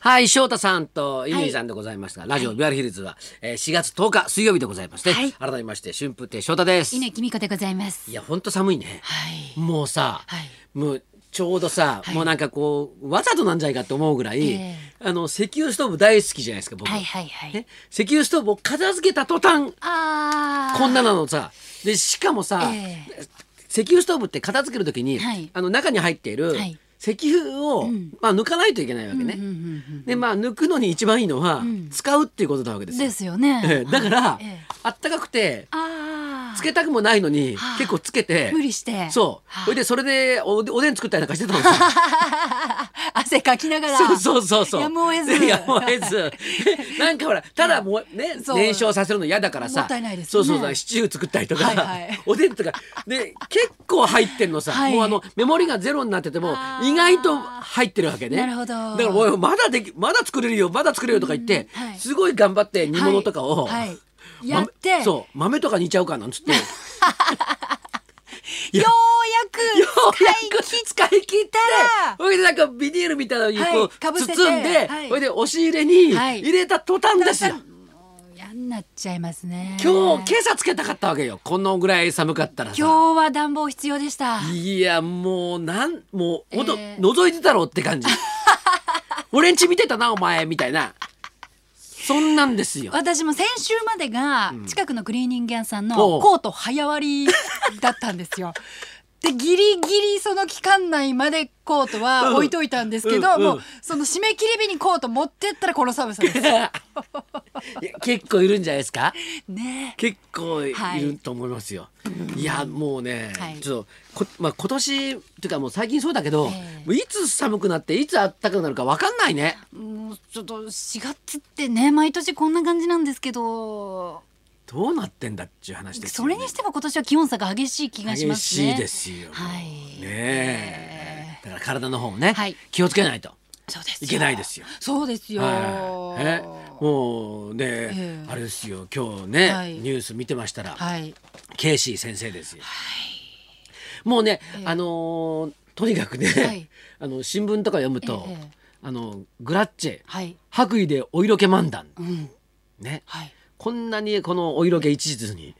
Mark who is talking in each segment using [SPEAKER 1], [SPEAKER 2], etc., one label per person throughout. [SPEAKER 1] はい、翔太さんと乾さんでございましたが、ラジオビアルヒルズは、えー、4月10日水曜日でございまして、
[SPEAKER 2] はい
[SPEAKER 1] 改めまして春風亭翔太です。
[SPEAKER 2] 稲木美香でございます
[SPEAKER 1] い。や、ほんと寒いね。
[SPEAKER 2] はい。
[SPEAKER 1] もうさ、
[SPEAKER 2] はい
[SPEAKER 1] もうちょうどさ、
[SPEAKER 2] はい
[SPEAKER 1] もうなんかこうわざとなんじゃないかと思うぐらい、
[SPEAKER 2] え
[SPEAKER 1] あの石油ストーブ大好きじゃないですか僕、
[SPEAKER 2] はいはいはい
[SPEAKER 1] ね石油ストーブを片付けた途端
[SPEAKER 2] ああ。
[SPEAKER 1] こんなのさでしかもさ、
[SPEAKER 2] ええ
[SPEAKER 1] 石油ストーブって片付けるときに、
[SPEAKER 2] はい
[SPEAKER 1] あの中に入っている
[SPEAKER 2] はい
[SPEAKER 1] 石油を、まあ、抜かないといけないわけね。
[SPEAKER 2] うんうん
[SPEAKER 1] でまあ抜くのに一番いいのは、使うっていうことなわけで
[SPEAKER 2] うん。
[SPEAKER 1] すよ
[SPEAKER 2] で。すよね。
[SPEAKER 1] ええだから、
[SPEAKER 2] ええ
[SPEAKER 1] あったかくて
[SPEAKER 2] ああ。
[SPEAKER 1] つけたくもないのに、
[SPEAKER 2] はあ
[SPEAKER 1] 結構つけて
[SPEAKER 2] 無理して
[SPEAKER 1] そう
[SPEAKER 2] はあ
[SPEAKER 1] それでそれでおでおでん作ったりなんかしてたんですよ。
[SPEAKER 2] 汗かきながら。
[SPEAKER 1] そうそうそうそう。
[SPEAKER 2] やむを得ず。
[SPEAKER 1] やむを得 ず。なんかほら、ただもうね、
[SPEAKER 2] そう
[SPEAKER 1] 燃焼させるの嫌だからさ。
[SPEAKER 2] もったいないですね
[SPEAKER 1] そうそうそう、シチュー作ったりとか、
[SPEAKER 2] はいはい
[SPEAKER 1] おでんとか、で、結構入ってんのさ、
[SPEAKER 2] はい
[SPEAKER 1] もうあの、メモリがゼロになってても
[SPEAKER 2] あ、ー
[SPEAKER 1] 意外と入ってるわけね。
[SPEAKER 2] なるほど
[SPEAKER 1] だから、おい、まだでき、まだ作れるよ、まだ作れるよとか言って、
[SPEAKER 2] うんはい
[SPEAKER 1] すごい頑張って煮物とかを。
[SPEAKER 2] はいはいやって。
[SPEAKER 1] 豆そう、豆とか煮ちゃうかなんつっ て。
[SPEAKER 2] ようやく使い切っ
[SPEAKER 1] 使い切って
[SPEAKER 2] たら
[SPEAKER 1] それでなんかビニールみたいなのにこう
[SPEAKER 2] はいかぶせて
[SPEAKER 1] 包んで
[SPEAKER 2] はい
[SPEAKER 1] それで押し入れに
[SPEAKER 2] はい
[SPEAKER 1] 入れた途端ですよ
[SPEAKER 2] 嫌になっちゃいますね。
[SPEAKER 1] 今日今朝つけたかったわけよこのぐらい寒かったらさ
[SPEAKER 2] 今日は暖房必要でした。
[SPEAKER 1] いやもうなんもうほんと
[SPEAKER 2] えー
[SPEAKER 1] 覗いてたろうって 感じ俺んち見てたなお前みたいなそんなんですよ
[SPEAKER 2] 私も先週までが近くのクリーニング屋さんの
[SPEAKER 1] おう
[SPEAKER 2] コート早割りだったんですよ。 でギリギリその期間内までコートは置いといたんですけど、
[SPEAKER 1] うんうん
[SPEAKER 2] もうその締め切り日にコート持ってったらこの寒 さです。
[SPEAKER 1] いや結構いるんじゃないですか
[SPEAKER 2] ねえ
[SPEAKER 1] 結構い
[SPEAKER 2] は
[SPEAKER 1] る
[SPEAKER 2] い
[SPEAKER 1] と思いますよ。い、やもうね、
[SPEAKER 2] はい
[SPEAKER 1] ちょっとこ、まあ、今年っていうかもう最近そうだけど、
[SPEAKER 2] ええ
[SPEAKER 1] もういつ寒くなっていつ暖かくなるかわかんないね。
[SPEAKER 2] もうちょっと4月ってね毎年こんな感じなんですけど、
[SPEAKER 1] どうなってんだっていう話です
[SPEAKER 2] そ
[SPEAKER 1] よ、ね。
[SPEAKER 2] れにしても今年は気温差が激しい気がし
[SPEAKER 1] 激
[SPEAKER 2] ます
[SPEAKER 1] し
[SPEAKER 2] ね。
[SPEAKER 1] いですよ。
[SPEAKER 2] はい
[SPEAKER 1] ねえ
[SPEAKER 2] え
[SPEAKER 1] だから体の方もね、
[SPEAKER 2] はい
[SPEAKER 1] 気をつけないと
[SPEAKER 2] そうです
[SPEAKER 1] い
[SPEAKER 2] よ
[SPEAKER 1] けないですよ。
[SPEAKER 2] そうですよ。
[SPEAKER 1] はいえもうね、
[SPEAKER 2] ええ
[SPEAKER 1] あれですよ今日ね、
[SPEAKER 2] はい
[SPEAKER 1] ニュース見てましたら、
[SPEAKER 2] はい。
[SPEAKER 1] ケイシー先生ですよ。もうね、あのーとにかくね、
[SPEAKER 2] はい
[SPEAKER 1] あの新聞とか読むと、
[SPEAKER 2] ええ
[SPEAKER 1] あのグラッチェ
[SPEAKER 2] はい。
[SPEAKER 1] 白衣でお色気漫談、
[SPEAKER 2] うん。
[SPEAKER 1] ね
[SPEAKER 2] はい。
[SPEAKER 1] こんなにこのお色気一途に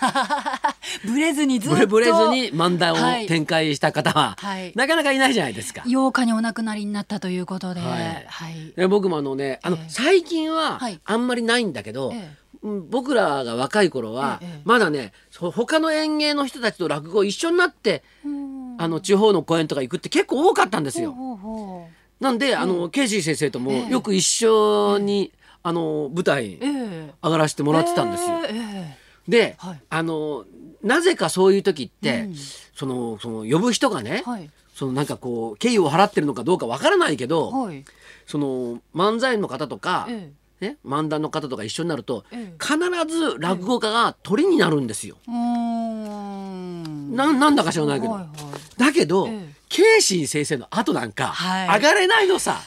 [SPEAKER 2] ブレずにずっ
[SPEAKER 1] ブ
[SPEAKER 2] と
[SPEAKER 1] レブレずに漫談
[SPEAKER 2] は
[SPEAKER 1] を
[SPEAKER 2] い
[SPEAKER 1] 展開した方は、
[SPEAKER 2] はい
[SPEAKER 1] なかなかいないじゃないですか。
[SPEAKER 2] 8日にお亡くなりになったということで、
[SPEAKER 1] は
[SPEAKER 2] はいい、
[SPEAKER 1] で僕もあのねあの、
[SPEAKER 2] ええ
[SPEAKER 1] 最近は
[SPEAKER 2] はい
[SPEAKER 1] あんまりないんだけど、
[SPEAKER 2] え
[SPEAKER 1] うん僕らが若い頃は、
[SPEAKER 2] ええ
[SPEAKER 1] まだねそ他の演芸の人たちと落語一緒になって、
[SPEAKER 2] うん
[SPEAKER 1] あの地方の公演とか行くって結構多かったんですよ。
[SPEAKER 2] ほうほうほ
[SPEAKER 1] なんで、あのケイシー先生とも
[SPEAKER 2] ええ
[SPEAKER 1] よく一緒に、あの舞台
[SPEAKER 2] うええ
[SPEAKER 1] 上がらせてもらってたんですよ。
[SPEAKER 2] ええ
[SPEAKER 1] で、
[SPEAKER 2] はい
[SPEAKER 1] あのなぜかそういう時って、
[SPEAKER 2] うん
[SPEAKER 1] そのその呼ぶ人がね、
[SPEAKER 2] はい
[SPEAKER 1] そのなんかこう敬意を払ってるのかどうかわからないけど、
[SPEAKER 2] はい
[SPEAKER 1] その漫才の方とか、
[SPEAKER 2] え
[SPEAKER 1] ね、漫談の方とか一緒になると、
[SPEAKER 2] ええ
[SPEAKER 1] 必ず落語家が鳥になるんですよ。
[SPEAKER 2] うーん
[SPEAKER 1] ななんだか知らないけど。
[SPEAKER 2] はいはい
[SPEAKER 1] だけど、
[SPEAKER 2] ええ
[SPEAKER 1] ケイシー先生の後なんか、
[SPEAKER 2] はい
[SPEAKER 1] 上がれないのさ。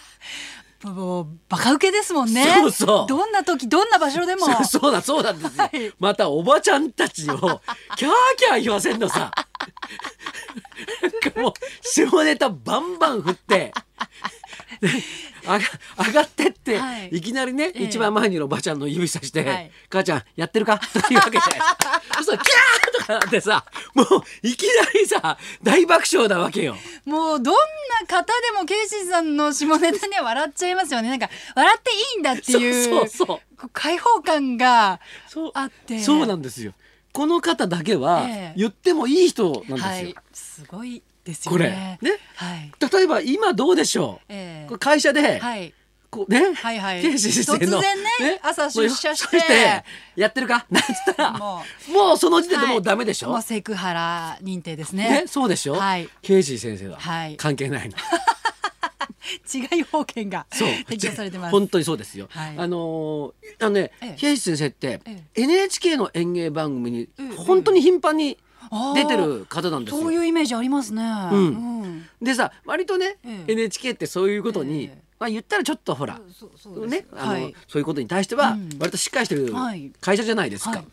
[SPEAKER 2] もうバカ受けですもんね
[SPEAKER 1] そうそう
[SPEAKER 2] どんな時どんな場所でも
[SPEAKER 1] そう そうだそうなんですよ、
[SPEAKER 2] はい
[SPEAKER 1] またおばちゃんた ちをキャーキャー言わせんのさなんかもう下ネタバンバン振ってで上が上がってって、
[SPEAKER 2] はい
[SPEAKER 1] い、きなりね、
[SPEAKER 2] ええ
[SPEAKER 1] 一番前にいるおばちゃんの指さして「
[SPEAKER 2] はい母
[SPEAKER 1] 母ちゃんやってるか?」というわ けじゃないですか。そしたらキャーとかなってさもういきなりさ大爆笑なわけよ。
[SPEAKER 2] もうどんな方でもケイシーさんの下ネタには笑っちゃいますよねなんか笑っていいんだっていう
[SPEAKER 1] そうそうそう
[SPEAKER 2] こう解放感が
[SPEAKER 1] そう
[SPEAKER 2] あって
[SPEAKER 1] そうなんですよ。この方だけは
[SPEAKER 2] ええ
[SPEAKER 1] 言ってもいい人なんですよ。
[SPEAKER 2] はいすごいですよ
[SPEAKER 1] これ
[SPEAKER 2] ね
[SPEAKER 1] ね
[SPEAKER 2] はい
[SPEAKER 1] 例えば今どうでしょう、
[SPEAKER 2] ええ
[SPEAKER 1] これ会社で、
[SPEAKER 2] はい
[SPEAKER 1] こうね、
[SPEAKER 2] はいはい
[SPEAKER 1] ケイシー先生の
[SPEAKER 2] 突然ね朝出社して
[SPEAKER 1] もうやってるかなんつったらも
[SPEAKER 2] も
[SPEAKER 1] うその時点でもうダメでしょ、
[SPEAKER 2] もうセクハラ認定です
[SPEAKER 1] ね
[SPEAKER 2] ね
[SPEAKER 1] そうでしょ、
[SPEAKER 2] はい
[SPEAKER 1] ケイシー先生は、
[SPEAKER 2] はい
[SPEAKER 1] 関係 ないの
[SPEAKER 2] 違い保険が
[SPEAKER 1] そう
[SPEAKER 2] 適用されてます
[SPEAKER 1] 本当にそうですよ、
[SPEAKER 2] はい
[SPEAKER 1] あのーあのね、
[SPEAKER 2] ええ
[SPEAKER 1] ケイシー先生って、
[SPEAKER 2] え
[SPEAKER 1] NHK の演芸番組に
[SPEAKER 2] ええ
[SPEAKER 1] 本当に頻繁に
[SPEAKER 2] あー
[SPEAKER 1] 出てる方なんですよ、
[SPEAKER 2] そういうイメージありますね
[SPEAKER 1] ん
[SPEAKER 2] うん
[SPEAKER 1] でさ割とね、
[SPEAKER 2] ええ
[SPEAKER 1] NHK ってそういうことに、
[SPEAKER 2] ええ
[SPEAKER 1] まあ言ったらちょっとほら、
[SPEAKER 2] そそうです
[SPEAKER 1] ね、あの、
[SPEAKER 2] はい
[SPEAKER 1] そういうことに対しては
[SPEAKER 2] うん
[SPEAKER 1] 割としっかりしてる
[SPEAKER 2] はい
[SPEAKER 1] 会社じゃないですか。
[SPEAKER 2] はい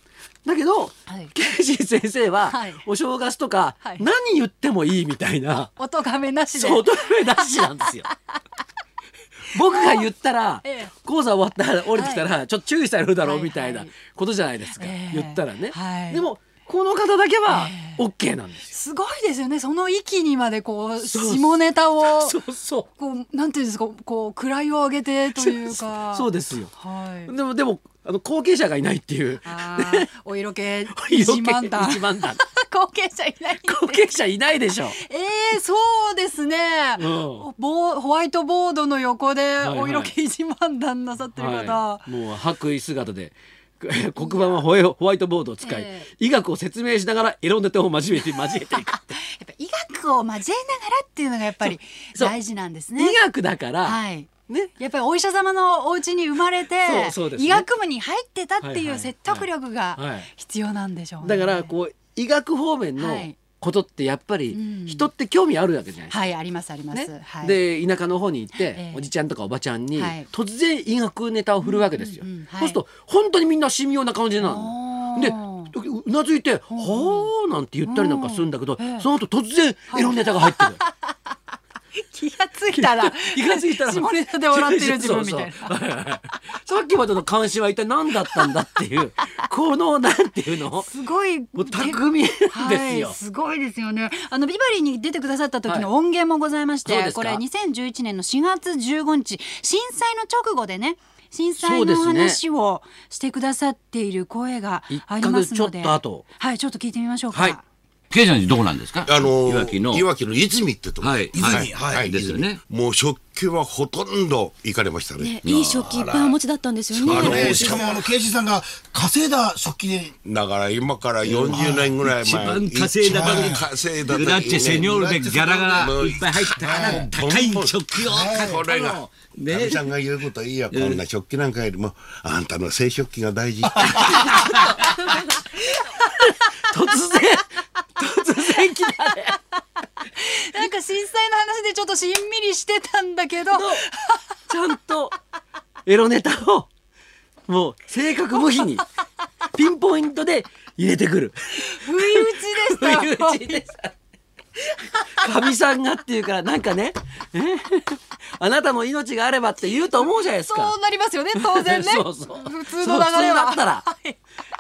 [SPEAKER 1] だけど、
[SPEAKER 2] はい
[SPEAKER 1] ケイシー先生は、
[SPEAKER 2] はい
[SPEAKER 1] お正月とか、
[SPEAKER 2] はい
[SPEAKER 1] 何言ってもいいみたいな、
[SPEAKER 2] お咎めなしで
[SPEAKER 1] そう、乙女なしなんですよ。僕が言ったら
[SPEAKER 2] ええ
[SPEAKER 1] 講座終わったら降りてきたら、ちょっと注意されるだろ
[SPEAKER 2] は
[SPEAKER 1] う
[SPEAKER 2] い
[SPEAKER 1] みたい
[SPEAKER 2] は
[SPEAKER 1] ないことじゃないですか、
[SPEAKER 2] ええ
[SPEAKER 1] 言ったらね、
[SPEAKER 2] はい
[SPEAKER 1] でもこの方だけは
[SPEAKER 2] え
[SPEAKER 1] OK なんです
[SPEAKER 2] すごいですよねその域にまでこう
[SPEAKER 1] そう
[SPEAKER 2] 下ネタを
[SPEAKER 1] よ、そうそ
[SPEAKER 2] こうなんていうんですかこう位を上げて
[SPEAKER 1] う
[SPEAKER 2] というか
[SPEAKER 1] そうですよ
[SPEAKER 2] はい
[SPEAKER 1] でもでもあの後継者がいないっていう
[SPEAKER 2] あー お色気
[SPEAKER 1] 色
[SPEAKER 2] 一
[SPEAKER 1] 気
[SPEAKER 2] 万だ
[SPEAKER 1] 一万段
[SPEAKER 2] 後継者いないんで
[SPEAKER 1] 後継者いないでしょ、
[SPEAKER 2] えー、そうですね、
[SPEAKER 1] うん
[SPEAKER 2] ボーホワイトボードの横で
[SPEAKER 1] はいはい
[SPEAKER 2] お色気一万段なさってる方、
[SPEAKER 1] はい、もう白衣姿で 黒板はホワイホワイトボードを使い、
[SPEAKER 2] え
[SPEAKER 1] 医学を説明しながらエロネタを交えて 交えていく
[SPEAKER 2] やっぱ医学を交えながらっていうのがやっぱり
[SPEAKER 1] そうそう
[SPEAKER 2] 大事なんです ね
[SPEAKER 1] 医。学だから、
[SPEAKER 2] はい
[SPEAKER 1] ね
[SPEAKER 2] やっぱりお医者様のお家に生まれて
[SPEAKER 1] そうそうですね
[SPEAKER 2] 医学部に入ってたって
[SPEAKER 1] はい
[SPEAKER 2] い
[SPEAKER 1] は
[SPEAKER 2] う
[SPEAKER 1] い
[SPEAKER 2] 説得力
[SPEAKER 1] はい
[SPEAKER 2] が
[SPEAKER 1] はい
[SPEAKER 2] 必要なんでしょうね。
[SPEAKER 1] だからこう医学方面の
[SPEAKER 2] はい
[SPEAKER 1] ことってやっぱ
[SPEAKER 2] う
[SPEAKER 1] り
[SPEAKER 2] ん
[SPEAKER 1] 人って興味あるわけじゃないですか。
[SPEAKER 2] はいありますあります。
[SPEAKER 1] ね
[SPEAKER 2] はい、
[SPEAKER 1] で田舎の方に行って、
[SPEAKER 2] ええ
[SPEAKER 1] おじちゃんとかおばちゃんに、
[SPEAKER 2] はい
[SPEAKER 1] 突然医学ネタを振るわけですよ。
[SPEAKER 2] うんうんうん
[SPEAKER 1] そ
[SPEAKER 2] はい
[SPEAKER 1] うすると本当にみんな神妙な感じなの。
[SPEAKER 2] お
[SPEAKER 1] で
[SPEAKER 2] ー
[SPEAKER 1] ううなずいて「はあ」なんて言ったりなんかするんだけど、
[SPEAKER 2] うんええ
[SPEAKER 1] その後突然エロネタが入ってくる。
[SPEAKER 2] 気がついたら
[SPEAKER 1] 気がついたら
[SPEAKER 2] 下ネタで 笑ってる自分みたいな。
[SPEAKER 1] そうそうはいはいはいさっきまでの関心は一体何だったんだって いうこのなんていうのも
[SPEAKER 2] すごいう
[SPEAKER 1] 巧みですよ。
[SPEAKER 2] はい、すごいですよね。あのビバリーに出てくださった時の音源もございまして、
[SPEAKER 1] はいそうです
[SPEAKER 2] こ
[SPEAKER 1] か
[SPEAKER 2] れ2011年の4月15日震災の直後でね。震災
[SPEAKER 1] そうで
[SPEAKER 2] の
[SPEAKER 1] すね
[SPEAKER 2] 話をしてくださっている声が
[SPEAKER 1] 一
[SPEAKER 2] あります
[SPEAKER 1] ヶ月
[SPEAKER 2] ので、
[SPEAKER 1] ちょっと後
[SPEAKER 2] はい、ちょっと聞いてみましょうか。
[SPEAKER 1] はい
[SPEAKER 3] ケイちゃんちどこなんですか
[SPEAKER 4] あのー
[SPEAKER 3] いわきの。
[SPEAKER 4] いわきの泉ってとこ。
[SPEAKER 3] はい
[SPEAKER 4] はい。
[SPEAKER 3] 泉はい
[SPEAKER 4] はい
[SPEAKER 3] ですよね
[SPEAKER 4] 泉もう食器はほとんど行かれましたね。
[SPEAKER 5] いい食器いっぱいお持ちだったんですよ
[SPEAKER 4] あ
[SPEAKER 5] ね。
[SPEAKER 4] の
[SPEAKER 6] ね
[SPEAKER 4] ね
[SPEAKER 6] しかもあの刑事さんが稼いだ食器で
[SPEAKER 4] だから今から40年ぐらい前。
[SPEAKER 3] 一番稼いだ時
[SPEAKER 4] 一番稼いだ
[SPEAKER 3] グ
[SPEAKER 4] 時
[SPEAKER 3] ラッチェセニョールでギャラが
[SPEAKER 4] もう
[SPEAKER 3] いっぱい入った
[SPEAKER 4] はい
[SPEAKER 3] 高い食器を買ったの
[SPEAKER 4] これが。ね
[SPEAKER 3] ね
[SPEAKER 4] え。ちゃんが言うこといいよ。こんな食器なんかよりも、あんたの生食器が大事。
[SPEAKER 1] 突然突然来たね。
[SPEAKER 2] なんか震災の話でちょっとしんみりしてたんだけ ど、
[SPEAKER 1] ちゃんとエロネタをもう正確無比にピンポイントで入れてくる。
[SPEAKER 2] 不意打ち
[SPEAKER 1] 不
[SPEAKER 2] でし
[SPEAKER 1] 意
[SPEAKER 2] た。
[SPEAKER 1] 打ちでさかみさんがっていうからなんかねえあなたの命があればって言うと思うじゃないですか。
[SPEAKER 2] そうなりますよね、当然 ね。
[SPEAKER 1] そうそう
[SPEAKER 2] 普通の
[SPEAKER 1] そ
[SPEAKER 2] 流れは。
[SPEAKER 1] う普通だったら
[SPEAKER 2] はい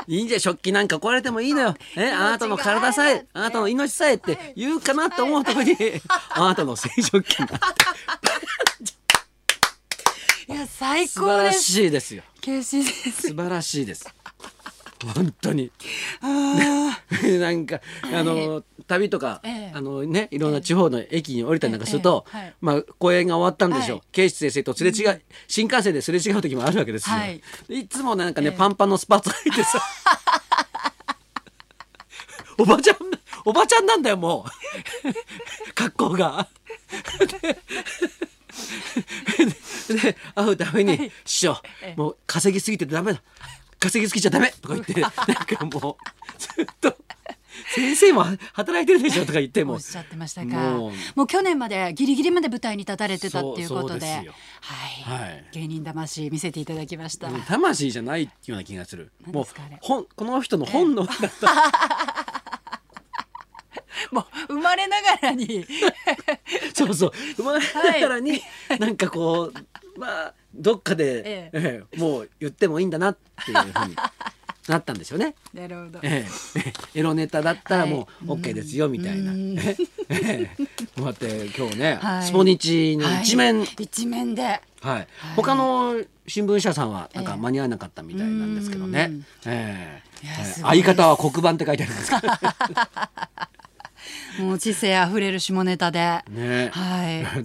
[SPEAKER 1] いいんじゃん食器なんか壊れてもいいのよ。えあなたの体さえあなたの命さえって言うかなと思うとこに、あなたの生殖器が
[SPEAKER 2] いや、最
[SPEAKER 1] 素
[SPEAKER 2] 高
[SPEAKER 1] 晴
[SPEAKER 2] で
[SPEAKER 1] ら
[SPEAKER 2] す。
[SPEAKER 1] しいですよ。
[SPEAKER 2] 景色です。
[SPEAKER 1] 素晴らしいです。本当に。 なんか、あの、旅とか、
[SPEAKER 2] ええ
[SPEAKER 1] あのね、いろんな地方の駅に降りたりなんかすると
[SPEAKER 2] ええええはい。
[SPEAKER 1] まあ、公演が終わったんでしょう
[SPEAKER 2] はい。
[SPEAKER 1] 警視先生とすれ違い、新幹線ですれ違う時もあるわけですよ
[SPEAKER 2] はい。
[SPEAKER 1] でいつもなんかね、パンパンのスパッツ履いて さ。おばちゃん、おばちゃんなんだよ、もう。 格好が。 で会うために「師匠
[SPEAKER 2] ええ
[SPEAKER 1] もう稼ぎすぎてダメだ稼ぎすぎちゃダメ」とか言 ってなんかもうずっと「先生も働いてるでしょ」とか言って
[SPEAKER 2] お
[SPEAKER 1] も
[SPEAKER 2] っしゃってましたか。
[SPEAKER 1] も
[SPEAKER 2] も
[SPEAKER 1] う
[SPEAKER 2] う去年までギリギリまで舞台に立たれてたっていうことで、
[SPEAKER 1] そうそうですよ
[SPEAKER 2] はい、
[SPEAKER 1] はい
[SPEAKER 2] 芸人魂見せていただきました。
[SPEAKER 1] 魂じゃないような気がする
[SPEAKER 2] 何
[SPEAKER 1] も
[SPEAKER 2] で
[SPEAKER 1] う
[SPEAKER 2] すかあれ
[SPEAKER 1] 本この人の本能だった
[SPEAKER 2] もう生まれながらに
[SPEAKER 1] そうそう生まれながらになんかこうまあどっかで
[SPEAKER 2] え、
[SPEAKER 1] ええもう言ってもいいんだなっていうふうになったんでしょう ね。
[SPEAKER 2] なるほど。
[SPEAKER 1] ええ、エロネタだったらもう
[SPEAKER 2] はい
[SPEAKER 1] OK ですよみたいな。
[SPEAKER 2] う
[SPEAKER 1] え
[SPEAKER 2] ん
[SPEAKER 1] えええこうやって今日ね、
[SPEAKER 2] はい
[SPEAKER 1] スポニチの一面、は
[SPEAKER 2] はい一面で。
[SPEAKER 1] 他の新聞社さんはなんか間に合わなかったみたいなんですけどね
[SPEAKER 2] うん。
[SPEAKER 1] ええ
[SPEAKER 2] いや
[SPEAKER 1] はい
[SPEAKER 2] すごい
[SPEAKER 1] 相方は黒板って書いてあるんですけど
[SPEAKER 2] もう知性あふれる下ネタで。
[SPEAKER 1] ね。
[SPEAKER 2] はい。
[SPEAKER 1] だ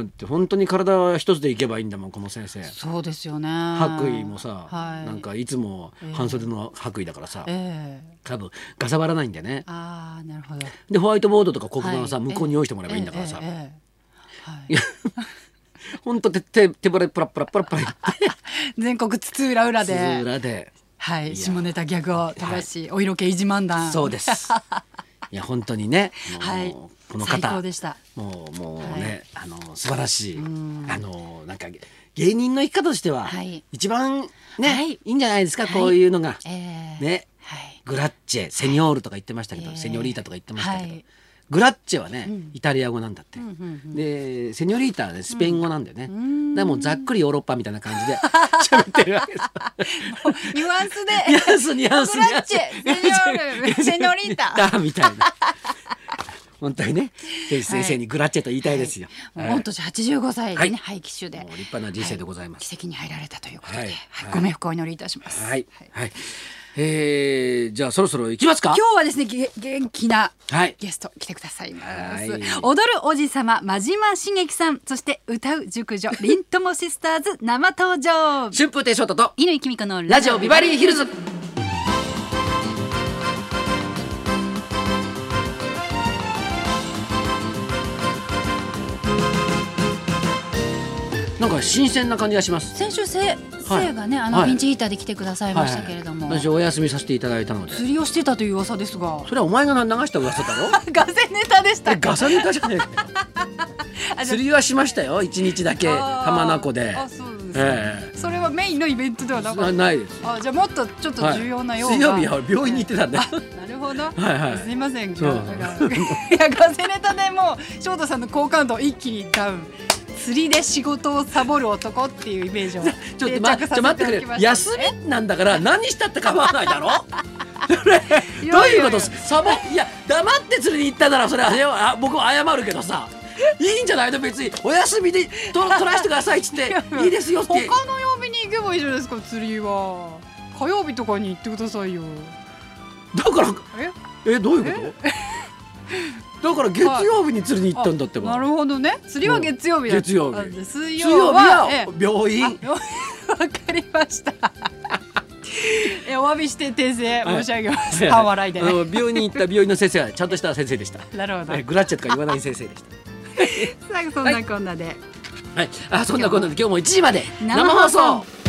[SPEAKER 1] って本当に体は一つでいけばいいんだもんこの先生。
[SPEAKER 2] そうですよね。
[SPEAKER 1] 白衣もさ、
[SPEAKER 2] はい、
[SPEAKER 1] なん。かいつも半袖の白衣だからさ、
[SPEAKER 2] ええ
[SPEAKER 1] 多分がさばらないんだよね。
[SPEAKER 2] ああ、なるほど。
[SPEAKER 1] でホワイトボードとか黒板はさ、
[SPEAKER 2] はい
[SPEAKER 1] 向こうに用意してもらえばいいんだからさ。
[SPEAKER 2] ええええええ
[SPEAKER 1] いや、ほんと手、手、手ぶらでプラプラプラプラ言って、
[SPEAKER 2] はい、全国津々浦々で。
[SPEAKER 1] つらで。
[SPEAKER 2] はい、下ネタギャグを飛ばし、お色気いじ漫談。
[SPEAKER 1] そうです。 いや、本当にね、もう
[SPEAKER 2] はい
[SPEAKER 1] この
[SPEAKER 2] 最
[SPEAKER 1] 方
[SPEAKER 2] 高でした。
[SPEAKER 1] もう、もうね、あの、素晴らしい、あの、なんか。芸人の生き方としては
[SPEAKER 2] はい、
[SPEAKER 1] 一番ね、
[SPEAKER 2] はい
[SPEAKER 1] い、いんじゃないですか、こういうのが。
[SPEAKER 2] えー、
[SPEAKER 1] ね、
[SPEAKER 2] はい。
[SPEAKER 1] グラッチェ、セニョールとか言ってましたけど、
[SPEAKER 2] ええ
[SPEAKER 1] セニョリータとか言ってましたけど。
[SPEAKER 2] はい
[SPEAKER 1] グラッチェはね、イタリア語なんだって、でセニョリータは、ね、スペイン語なんだよね、だからもうざっくりヨーロッパみたいな感じで 喋ってるわけです
[SPEAKER 2] ニュアンスで
[SPEAKER 1] ニュアンスニュアンス
[SPEAKER 2] グラッチェセニョールセニョリータ
[SPEAKER 1] だみたいな本当にねぜひ先生にグラッチェと言いたいですよ、
[SPEAKER 2] もう御年85歳でね、
[SPEAKER 1] はい
[SPEAKER 2] 廃棄種で
[SPEAKER 1] もう立派な人生でございます
[SPEAKER 2] 奇跡に入られたということで、
[SPEAKER 1] は
[SPEAKER 2] はいい
[SPEAKER 1] はい
[SPEAKER 2] ご冥福をお祈りいたします、
[SPEAKER 1] はいはい、えー、じゃあそろそろ行きますか
[SPEAKER 2] 今日はですねげ元気な
[SPEAKER 1] はい
[SPEAKER 2] ゲスト来てくださいます、
[SPEAKER 1] はい
[SPEAKER 2] 踊るおじさま真島茂樹さんそして歌う熟女凛友シスターズ生登場
[SPEAKER 1] 春風亭昇太と
[SPEAKER 2] 乾きみこの
[SPEAKER 1] ラジオビバリーヒルズなんか新鮮な感じがします
[SPEAKER 5] 先週せ、
[SPEAKER 1] はい
[SPEAKER 5] せいがね、あの
[SPEAKER 1] はい
[SPEAKER 5] ピンチヒーターで来てくださいましたけれども。
[SPEAKER 1] はい私お休みさせていただいたので
[SPEAKER 2] 釣りをしてたという噂ですが
[SPEAKER 1] それはお前が流した噂だろ
[SPEAKER 2] ガセネタでした
[SPEAKER 1] えガサネタじゃねえかよ釣りはしましたよ一日だけ
[SPEAKER 2] あー
[SPEAKER 1] 浜名湖で
[SPEAKER 2] あそうですか
[SPEAKER 1] え
[SPEAKER 2] それはメインのイベントでは
[SPEAKER 1] え
[SPEAKER 2] なか
[SPEAKER 1] な
[SPEAKER 2] っ
[SPEAKER 1] ないです
[SPEAKER 2] たあじゃあもっとちょっと重要なよう
[SPEAKER 1] 水
[SPEAKER 2] な、
[SPEAKER 1] 曜日は病院に行ってたんだよ
[SPEAKER 2] なるほど、
[SPEAKER 1] いはい
[SPEAKER 2] すみません
[SPEAKER 1] そう
[SPEAKER 2] 今日なんか いやガセネタでもう翔太さんの好感度一気にダウン釣りで仕事をサボる男っていうイメージを
[SPEAKER 1] ちょっと、ま、
[SPEAKER 2] 定着
[SPEAKER 1] ちょ待ってくれ、
[SPEAKER 2] させ
[SPEAKER 1] 休
[SPEAKER 2] ていただきましたね
[SPEAKER 1] みなんだから何したって構わないだろそ
[SPEAKER 2] い
[SPEAKER 1] れ
[SPEAKER 2] や
[SPEAKER 1] どういうこと
[SPEAKER 2] いやい
[SPEAKER 1] サボいや黙って釣りに行ったならそれはよあ僕も謝るけどさいいんじゃないの別にお休みでと取らせてくださいっつっていいですよって
[SPEAKER 2] 他の曜日に行けばいいじゃないですか釣りは火曜日とかに行ってくださいよ
[SPEAKER 1] だから
[SPEAKER 2] え
[SPEAKER 1] えどういうことだから月曜日に釣りに行ったんだってば
[SPEAKER 2] なるほどね釣りは月曜日だ
[SPEAKER 1] うん月曜日
[SPEAKER 2] あで水
[SPEAKER 1] 水
[SPEAKER 2] 曜
[SPEAKER 1] 曜日
[SPEAKER 2] はええ
[SPEAKER 1] は病院
[SPEAKER 2] あわかりました。えお詫びして訂正申し上げます。半笑いで
[SPEAKER 1] あ
[SPEAKER 2] ね。
[SPEAKER 1] の病院に行った病院の先生はちゃんとした先生でした
[SPEAKER 2] なるほど
[SPEAKER 1] え。グラッチェとか言わない先生でした
[SPEAKER 2] さあそんなこんなで。
[SPEAKER 1] はい、あそんなこんなで今日も1時まで生
[SPEAKER 2] 生
[SPEAKER 1] 放
[SPEAKER 2] 放
[SPEAKER 1] 送
[SPEAKER 2] 送